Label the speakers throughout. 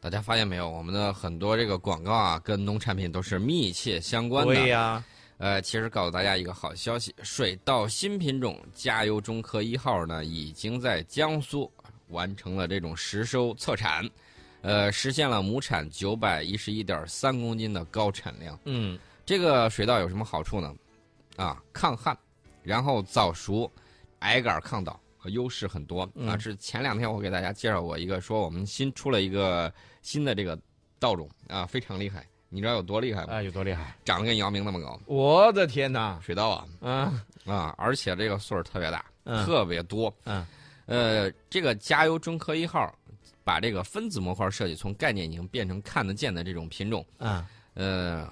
Speaker 1: 大家发现没有，我们的很多这个广告啊，跟农产品都是密切相关的。
Speaker 2: 对呀、
Speaker 1: 呃，其实告诉大家一个好消息，水稻新品种加油中科一号呢，已经在江苏完成了这种实收测产，呃，实现了亩产九百一十一点三公斤的高产量。
Speaker 2: 嗯，
Speaker 1: 这个水稻有什么好处呢？啊，抗旱，然后早熟，矮杆抗倒，呃优势很多啊。
Speaker 2: 嗯
Speaker 1: 是前两天我给大家介绍过一个，说我们新出了一个新的这个稻种啊，非常厉害。你知道有多厉害吗？
Speaker 2: 啊，有多厉害？
Speaker 1: 长得跟姚明那么高，
Speaker 2: 我的天哪！
Speaker 1: 水稻啊
Speaker 2: 啊，
Speaker 1: 啊，而且这个穗儿特别大，
Speaker 2: 嗯
Speaker 1: 特别多。
Speaker 2: 嗯，
Speaker 1: 呃，这个加油中科一号把这个分子模块设计从概念型变成看得见的这种品种，
Speaker 2: 啊，
Speaker 1: 呃，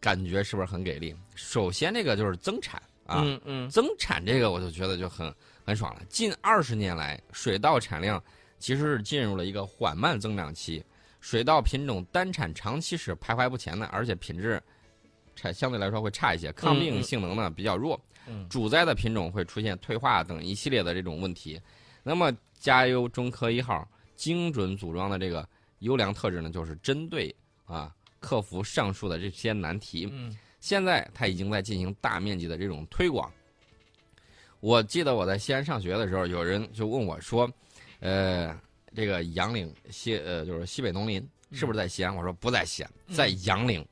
Speaker 1: 感觉是不是很给力？首先，这个就是增产啊，
Speaker 2: 嗯嗯，
Speaker 1: 增产这个我就觉得就很很爽了。近二十年来，水稻产量其实是进入了一个缓慢增长期，水稻品种单产长期是徘徊不前的，而且品质差相对来说会差一些，抗病性能呢比较弱，
Speaker 2: 嗯
Speaker 1: 主栽的品种会出现退化等一系列的这种问题。那么，加油中科一号精准组装的这个优良特质呢，就是针对啊克服上述的这些难题。
Speaker 2: 嗯，
Speaker 1: 现在它已经在进行大面积的这种推广。我记得我在西安上学的时候，有人就问我说：“呃，这个杨岭西呃就是西北农林是不是在西安？”我说不在西安，在杨岭。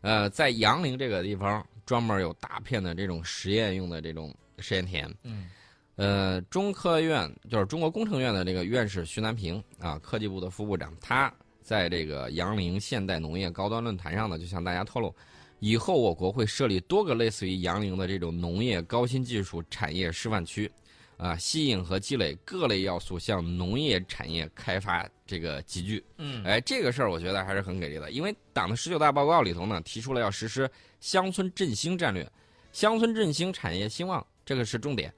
Speaker 1: 呃，在杨岭这个地方专门有大片的这种实验用的这种实验田。
Speaker 2: 嗯。
Speaker 1: 呃，中科院就是中国工程院的这个院士徐南平啊，科技部的副部长，他在这个杨凌现代农业高端论坛上呢，就向大家透露，以后我国会设立多个类似于杨凌的这种农业高新技术产业示范区，啊，吸引和积累各类要素向农业产业开发这个集聚。
Speaker 2: 嗯，
Speaker 1: 哎，这个事儿我觉得还是很给力的，因为党的十九大报告里头呢，提出了要实施乡村振兴战略，乡村振兴、产业兴旺，这个是重点。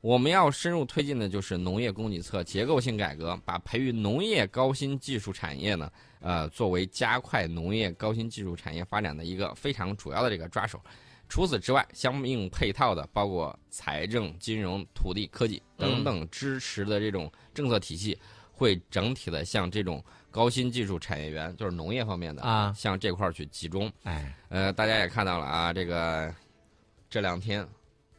Speaker 1: 我们要深入推进的就是农业供给侧结构性改革，把培育农业高新技术产业呢，呃，作为加快农业高新技术产业发展的一个非常主要的这个抓手。除此之外，相应配套的包括财政、金融、土地、科技等等支持的这种政策体系，会整体的向这种高新技术产业园，就是农业方面的
Speaker 2: 啊
Speaker 1: 向这块儿去集中。
Speaker 2: 哎，
Speaker 1: 呃，大家也看到了啊，这个这两天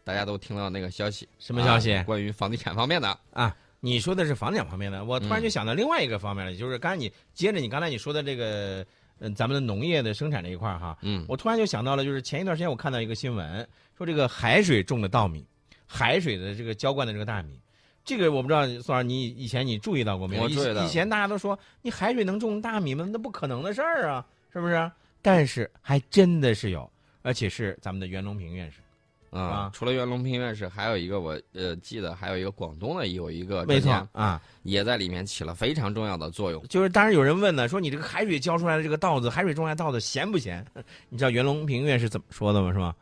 Speaker 1: 大家都听到那个消息，
Speaker 2: 什么消息
Speaker 1: 啊关于房地产方面的，
Speaker 2: 啊，你说的是房地产方面的，我突然
Speaker 1: 嗯
Speaker 2: 就想到另外一个方面了，就是刚才你接着你刚才你说的这个，嗯、咱们的农业的生产这一块儿哈，
Speaker 1: 嗯，
Speaker 2: 我突然就想到了，就是前一段时间我看到一个新闻，说这个海水种的稻米，海水的这个浇灌的这个大米，这个我不知道宋老师你以前你注意到过没有？
Speaker 1: 我注意到了
Speaker 2: 以以前大家都说你海水能种大米吗？那不可能的事儿啊，是不是？但是还真的是有，而且是咱们的袁隆平院士。
Speaker 1: 啊
Speaker 2: 啊，
Speaker 1: 除了袁隆平院士，还有一个我呃记得还有一个广东的有一个专
Speaker 2: 没错
Speaker 1: 家
Speaker 2: 啊，
Speaker 1: 也在里面起了非常重要的作 用。
Speaker 2: 就是当然有人问了，说你这个海水浇出来的这个稻子，海水种出来的稻子咸不咸？ 你知道袁隆平院士怎么说的吗？是吧？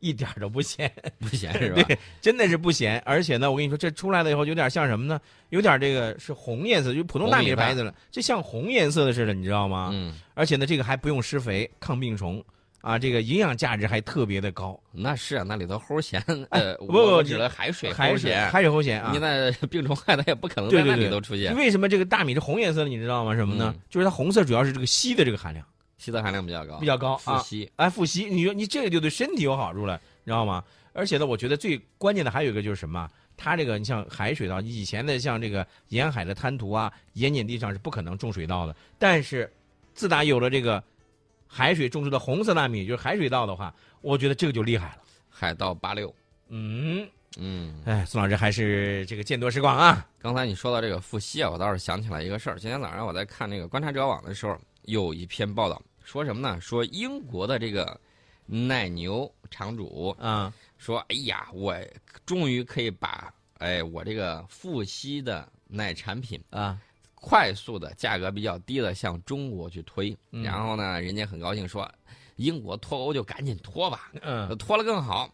Speaker 2: 一点儿都不咸。
Speaker 1: 不嫌是吧？
Speaker 2: 真的是不咸，而且呢，我跟你说，这出来了以后有点像什么呢？有点这个是红颜色，就普通大米是白色的，这像红颜色的似的，你知道吗？
Speaker 1: 嗯，
Speaker 2: 而且呢，这个还不用施肥，抗病虫啊，这个营养价值还特别的高。
Speaker 1: 那是啊，那里头齁咸，呃，
Speaker 2: 哎不
Speaker 1: 我
Speaker 2: 不
Speaker 1: 我
Speaker 2: 你
Speaker 1: 指了海水
Speaker 2: 海
Speaker 1: 齁
Speaker 2: 水
Speaker 1: 咸，
Speaker 2: 海水齁咸啊
Speaker 1: 你！那 病虫害它也不可能
Speaker 2: 对
Speaker 1: 在
Speaker 2: 对
Speaker 1: 那里
Speaker 2: 对
Speaker 1: 头出
Speaker 2: 就
Speaker 1: 现，
Speaker 2: 为什么这个大米是红颜色的？你知道吗？什么呢？
Speaker 1: 嗯
Speaker 2: 就是它红色主要是这个硒的这个含量
Speaker 1: 西德含量比较高，
Speaker 2: 比较高
Speaker 1: 富
Speaker 2: 啊。
Speaker 1: 硒，
Speaker 2: 哎，复习，你说你这个就对身体有好处了，你知道吗？而且呢，我觉得最关键的还有一个就是什么？它这个你像海水稻，你以前的像这个沿海的滩涂啊、盐碱地上是不可能种水稻的。但是，自打有了这个海水种出的红色大米，就是海水稻的话，我觉得这个就厉害了。
Speaker 1: 海盗八六，
Speaker 2: 嗯，
Speaker 1: 嗯。
Speaker 2: 哎，宋老师还是这个见多识广啊。
Speaker 1: 刚才你说到这个复吸啊，我倒是想起来一个事儿。今天早上我在看那个《观察者网》的时候，有一篇报道说什么呢？说英国的这个奶牛场主
Speaker 2: 啊，
Speaker 1: 说：“哎呀，我终于可以把哎我这个复吸的奶产品
Speaker 2: 啊，
Speaker 1: 快速的价格比较低的向中国去推。
Speaker 2: 嗯
Speaker 1: 然后呢，人家很高兴说，英国脱欧就赶紧脱吧，
Speaker 2: 嗯，
Speaker 1: 脱了更好。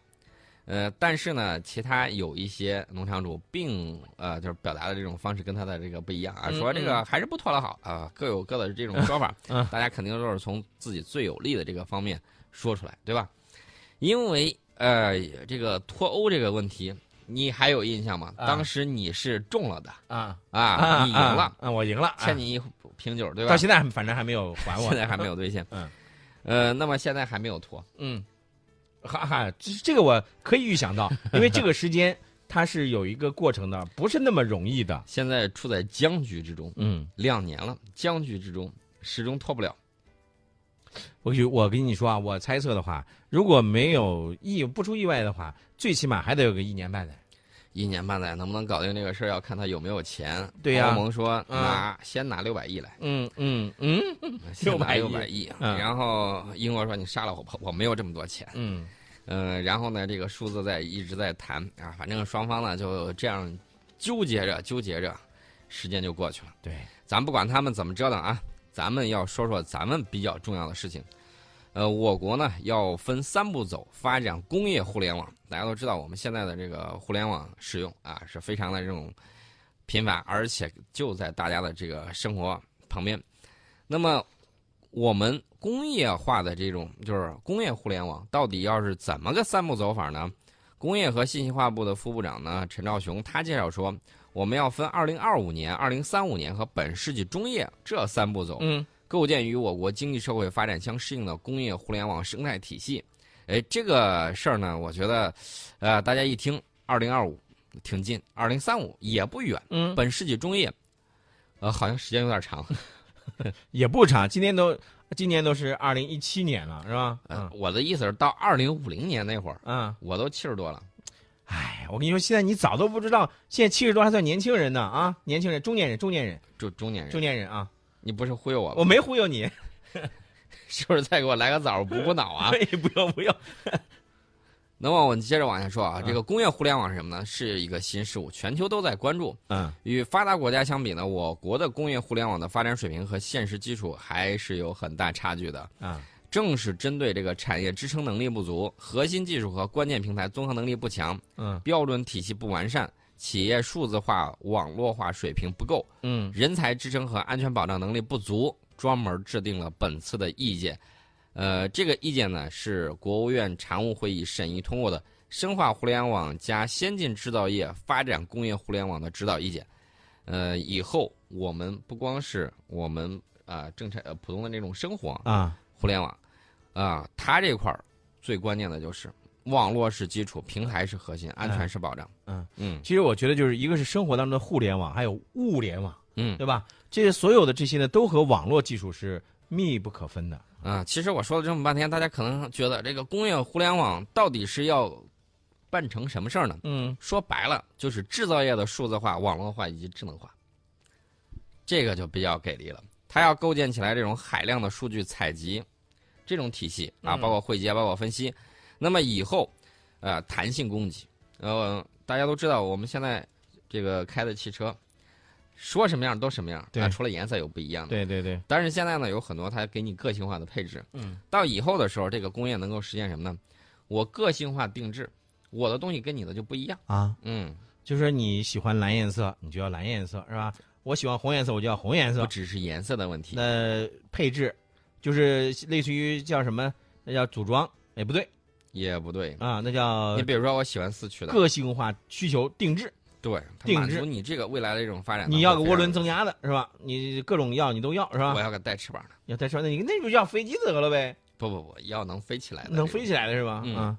Speaker 1: 呃，但是呢，其他有一些农场主并呃，就是表达的这种方式跟他的这个不一样啊，
Speaker 2: 嗯
Speaker 1: 说这个还是不脱了好啊、各有各的这种说法，
Speaker 2: 嗯
Speaker 1: 大家肯定都是从自己最有利的这个方面说出来，对吧？因为呃，这个脱欧这个问题，你还有印象吗？
Speaker 2: 啊
Speaker 1: 当时你是中了的
Speaker 2: 啊
Speaker 1: 啊，你赢了，
Speaker 2: 啊，我赢了，
Speaker 1: 欠你一瓶酒，对吧
Speaker 2: 到？现在还反正还没有还我，
Speaker 1: 现在还没有兑现。
Speaker 2: 嗯，
Speaker 1: 呃，那么现在还没有脱，
Speaker 2: 嗯，哈哈，这这个我可以预想到，因为这个时间它是有一个过程的，不是那么容易的。
Speaker 1: 现在处在僵局之中，
Speaker 2: 嗯，
Speaker 1: 两年了，僵局之中始终脱不了。
Speaker 2: 我觉我跟你说啊，我猜测的话，如果没有意不出意外的话，最起码还得有个一年半载。
Speaker 1: 一年半载能不能搞定这个事儿，要看他有没有钱。
Speaker 2: 对呀
Speaker 1: 欧盟说
Speaker 2: 嗯
Speaker 1: 拿先拿六百亿来，
Speaker 2: 嗯嗯嗯
Speaker 1: 先拿
Speaker 2: 600亿
Speaker 1: 六百亿。啊
Speaker 2: 嗯
Speaker 1: 然后英国说你杀了我吧，我没有这么多钱。
Speaker 2: 嗯，
Speaker 1: 嗯，然后呢，这个数字在一直在谈啊，反正双方呢就这样纠结着纠结着，时间就过去了。
Speaker 2: 对，
Speaker 1: 咱不管他们怎么折腾啊，咱们要说说咱们比较重要的事情。呃，我国呢要分三步走发展工业互联网。大家都知道，我们现在的这个互联网使用啊是非常的这种频繁，而且就在大家的这个生活旁边。那么，我们工业化的这种就是工业互联网到底要是怎么个三步走法呢？工业和信息化部的副部长呢陈兆雄他介绍说，我们要分2025年、2035年和本世纪中叶这三步走，
Speaker 2: 嗯，
Speaker 1: 构建与我国经济社会发展相适应的工业互联网生态体系。哎，这个事儿呢，我觉得，呃，大家一听2025挺近，2035也不远，
Speaker 2: 嗯，
Speaker 1: 本世纪中叶，呃，好像时间有点长，
Speaker 2: 也不长，今年都今年都是二零一七年了，是吧？
Speaker 1: 呃
Speaker 2: 嗯，
Speaker 1: 我的意思是到2050年那会儿，
Speaker 2: 嗯，
Speaker 1: 我都七十多了。
Speaker 2: 哎，我跟你说，现在你早都不知道，现在七十多还算年轻人呢啊，年轻人、中年人、中年人、
Speaker 1: 就中年
Speaker 2: 中
Speaker 1: 人，
Speaker 2: 年人啊，
Speaker 1: 你不是忽悠我吧？
Speaker 2: 我没忽悠你，
Speaker 1: 是不是再给我来个枣儿补补脑啊？
Speaker 2: 不用不用，
Speaker 1: 那么我们接着往下说啊，
Speaker 2: 嗯
Speaker 1: 这个工业互联网是什么呢？是一个新事物，全球都在关注。
Speaker 2: 嗯
Speaker 1: 与发达国家相比呢，我国的工业互联网的发展水平和现实基础还是有很大差距的。
Speaker 2: 啊，
Speaker 1: 正是针对这个产业支撑能力不足、核心技术和关键平台综合能力不强、
Speaker 2: 嗯
Speaker 1: 标准体系不完善、企业数字化、网络化水平不够、
Speaker 2: 嗯
Speaker 1: 人才支撑和安全保障能力不足，专门制定了本次的意见。呃，这个意见呢是国务院常务会议审议通过的《深化互联网加先进制造业发展工业互联网的指导意见》。呃，以后我们不光是我们啊、呃正常呃普通的那种生活
Speaker 2: 啊，
Speaker 1: 互联网，啊、它这块儿最关键的就是网络是基础，平台是核心，安全是保障。
Speaker 2: 嗯
Speaker 1: 嗯
Speaker 2: 其实我觉得就是一个是生活当中的互联网，还有物联网，
Speaker 1: 嗯
Speaker 2: 对吧？这些所有的这些呢，都和网络技术是密不可分的。
Speaker 1: 啊，其实我说了这么半天，大家可能觉得这个工业互联网到底是要办成什么事儿呢？
Speaker 2: 嗯
Speaker 1: 说白了，就是制造业的数字化、网络化以及智能化，这个就比较给力了。它要构建起来这种海量的数据采集这种体系啊，
Speaker 2: 嗯
Speaker 1: 包括汇集，包括分析。那么以后，呃，弹性供给，呃，大家都知道，我们现在这个开的汽车，说什么样都什么样，
Speaker 2: 对
Speaker 1: 啊除了颜色有不一样的。
Speaker 2: 对对对，
Speaker 1: 但是现在呢，有很多它给你个性化的配置。
Speaker 2: 嗯，
Speaker 1: 到以后的时候，这个工业能够实现什么呢？我个性化定制，我的东西跟你的就不一样。
Speaker 2: 啊，
Speaker 1: 嗯，
Speaker 2: 就是你喜欢蓝颜色，你就要蓝颜色，是吧？我喜欢红颜色，我就要红颜
Speaker 1: 不
Speaker 2: 色。
Speaker 1: 只是颜色的问题。
Speaker 2: 那配置就是类似于叫什么？那叫组装，哎，不对
Speaker 1: 也不对。
Speaker 2: 啊，那叫
Speaker 1: 你比如说，我喜欢四驱的，
Speaker 2: 个性化需求定制。
Speaker 1: 对，它
Speaker 2: 定
Speaker 1: 满
Speaker 2: 制
Speaker 1: 足你这个未来的这种发展。
Speaker 2: 你要哎个涡轮，增压的是吧？你各种要你都要是吧
Speaker 1: 我？要个带翅膀的，
Speaker 2: 要再说那你那就要飞机得了呗，
Speaker 1: 不不不，要能飞起来的，
Speaker 2: 能飞。起来的是吧？
Speaker 1: 嗯
Speaker 2: 啊，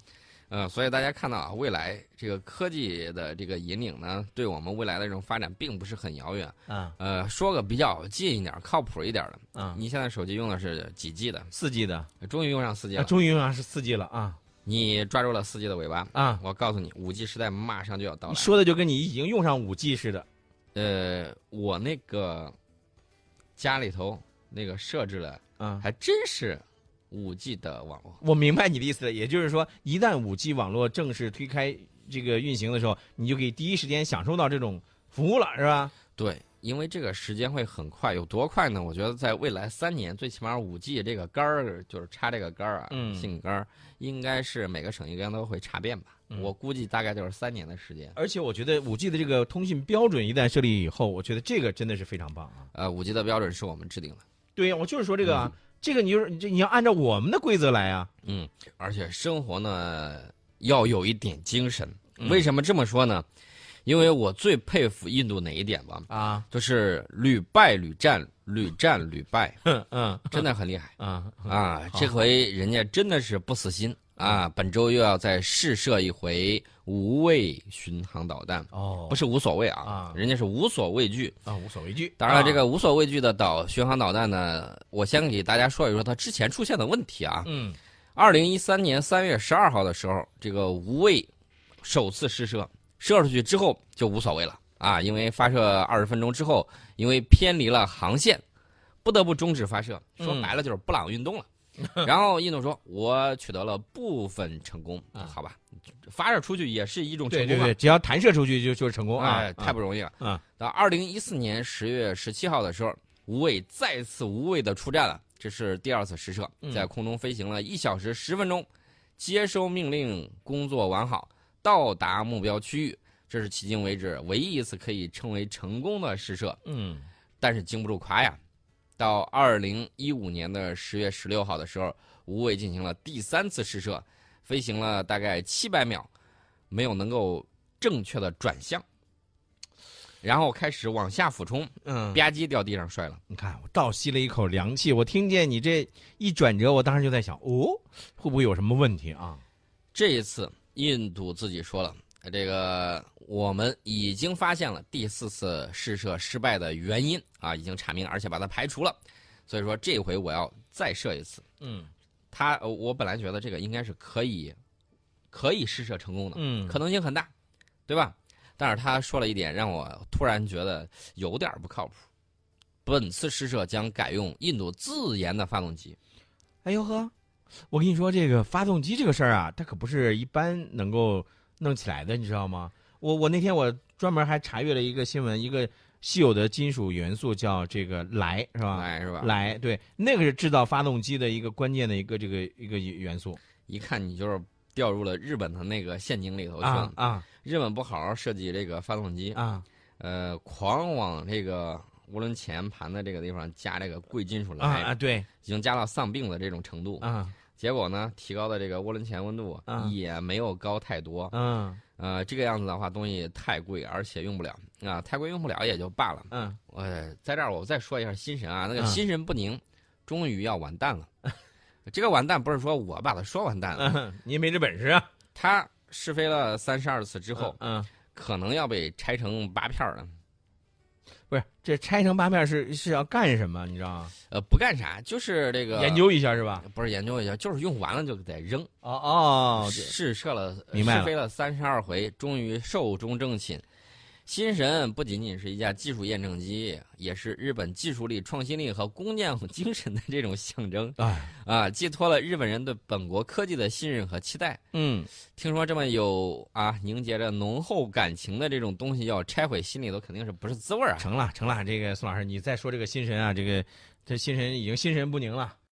Speaker 1: 嗯，所以大家看到啊，未来这个科技的这个引领呢，对我们未来的这种发展并不是很遥远。
Speaker 2: 啊
Speaker 1: 呃，说个比较近一点、靠谱一点的，
Speaker 2: 啊，
Speaker 1: 你现在手机用的是几 G 的？
Speaker 2: 四 G 的，
Speaker 1: 终于用上四 G
Speaker 2: 啊
Speaker 1: 了，
Speaker 2: 终于用上是四 G 了啊
Speaker 1: 你抓住了四 G 的尾巴。
Speaker 2: 啊！
Speaker 1: 我告诉你，五 G 时代马上就要到
Speaker 2: 你
Speaker 1: 来。
Speaker 2: 说的就跟你已经用上五 G 似的
Speaker 1: 呃，我那个家里头那个设置了，
Speaker 2: 啊！
Speaker 1: 还真是五 G 的网络。
Speaker 2: 我明白你的意思了，也就是说，一旦五 G 网络正式推开这个运行的时候，你就可以第一时间享受到这种服务了，是吧？
Speaker 1: 对，因为这个时间会很快，有多快呢？我觉得在未来三年，最起码五 G 这个杆儿，就是插这个杆儿啊，
Speaker 2: 嗯
Speaker 1: 信杆儿，应该是每个省应该都会查遍吧。
Speaker 2: 嗯
Speaker 1: 我估计大概就是三年的时间。
Speaker 2: 而且我觉得五 G 的这个通信标准一旦设立以后，我觉得这个真的是非常棒啊！
Speaker 1: 呃，五 G 的标准是我们制定的，
Speaker 2: 对呀、我就是说这个啊，这个你就是你这你要按照我们的规则来啊。
Speaker 1: 嗯，而且生活呢要有一点精神。
Speaker 2: 嗯
Speaker 1: 为什么这么说呢？因为我最佩服印度哪一点吧？
Speaker 2: 啊
Speaker 1: 就是屡败屡战、屡战屡败，
Speaker 2: 嗯嗯
Speaker 1: 真的很厉 害
Speaker 2: 嗯
Speaker 1: 啊！
Speaker 2: 好嗯
Speaker 1: 这回人家真的是不死心啊！本周又要再试射一回无畏巡航导弹，
Speaker 2: 哦，
Speaker 1: 不
Speaker 2: 是
Speaker 1: 是无所谓
Speaker 2: 啊
Speaker 1: 啊，人家是无所畏惧。
Speaker 2: 啊，无所畏惧。
Speaker 1: 当然了，
Speaker 2: 啊
Speaker 1: 这个无所畏惧的导巡航导弹呢，我先给大家说一说它之前出现的问题啊。
Speaker 2: 嗯
Speaker 1: 二零一三年三月十二号的时候，这个无畏首次试射，射出去之后就无所谓了啊，因为发射二十分钟之后，因为偏离了航线，不得不终止发射。说白了就是布朗运动了。然后印度说，我取得了部分成功，
Speaker 2: 啊
Speaker 1: 好吧，发射出去也是一种成
Speaker 2: 对
Speaker 1: 功
Speaker 2: 对
Speaker 1: 啊
Speaker 2: 对，，只要弹射出去就就是成功啊
Speaker 1: 哎，！太不容易了。
Speaker 2: 啊，
Speaker 1: 到二零一四年十月十七号的时候，无畏再次无畏的出战了，这是第二次实射
Speaker 2: 嗯，
Speaker 1: 在空中飞行了一小时十分钟，接收命令，工作完好，到达目标区域，这是迄今为止唯一一次可以称为成功的试射。
Speaker 2: 嗯
Speaker 1: 但是经不住夸呀，到二零一五年的十月十六号的时候，无畏进行了第三次试射，飞行了大概七百秒，没有能够正确的转向，然后开始往下俯冲，
Speaker 2: 嗯，
Speaker 1: 吧唧掉地上摔了。
Speaker 2: 你看，我倒吸了一口凉气，我听见你这一转折，我当时就在想，哦，会不会有什么问题啊？
Speaker 1: 这一次，印度自己说了，呃这个我们已经发现了第四次试射失败的原因啊，已经查明，而且把它排除了。所以说，这回我要再射一次。
Speaker 2: 嗯
Speaker 1: 他，呃我本来觉得这个应该是可以，可以试射成功的，
Speaker 2: 嗯，
Speaker 1: 可能性很大，对吧？但是他说了一点，让我突然觉得有点不靠谱。本次试射将改用印度自研的发动机，
Speaker 2: 哎呦呵，我跟你说，这个发动机这个事儿啊，它可不是一般能够弄起来的，你知道吗？我我那天我专门还查阅了一个新闻，一个稀有的金属元素叫这个来，是吧？
Speaker 1: 哎，是吧？
Speaker 2: 来，对，那个是制造发动机的一个关键的一个这个一个元素
Speaker 1: 一看你就是掉入了日本的那个陷阱里头去了。
Speaker 2: 啊啊
Speaker 1: 日本不好好设计这个发动机，
Speaker 2: 啊！
Speaker 1: 呃，狂往这个涡轮前盘的这个地方加这个贵金属
Speaker 2: 啊
Speaker 1: 来，
Speaker 2: 啊，对
Speaker 1: 已经加到丧病的这种程度。
Speaker 2: 啊
Speaker 1: 结果呢，提高的这个涡轮前温度
Speaker 2: 啊
Speaker 1: 也没有高太多。
Speaker 2: 嗯
Speaker 1: 呃，这个样子的话，东西太贵，而且用不了啊，太贵用不了也就罢了。
Speaker 2: 嗯，
Speaker 1: 呃，在这儿我再说一下心神啊，那个
Speaker 2: 嗯
Speaker 1: 心神不宁，终于要完蛋了。 这个完蛋不是说我把它说完蛋了，
Speaker 2: 嗯你也没这本事啊？
Speaker 1: 它试飞了三十二次之
Speaker 2: 之
Speaker 1: 后，
Speaker 2: 嗯，
Speaker 1: 可能要被拆成八片儿了。
Speaker 2: 不是这拆成八片是是要干什么？你知道吗？
Speaker 1: 呃，不干啥，就是这个
Speaker 2: 研究一下是吧？
Speaker 1: 不是研究一下，就是用完了就得扔。
Speaker 2: 哦哦，对
Speaker 1: 试射了，
Speaker 2: 明白了
Speaker 1: 试飞了三十二回，终于寿终正寝。新神不仅仅是一架技术验证机，也是日本技术力、创新力和工匠精神的这种象征
Speaker 2: 哎，
Speaker 1: 啊！寄托了日本人对本国科技的信任和期待。
Speaker 2: 嗯，
Speaker 1: 听说这么有啊凝结着浓厚感情的这种东西要拆毁，心里头肯定是不是滋味儿啊！
Speaker 2: 成了成了，这个宋老师，你再说这个心神啊，这个这心神已经心神不宁了。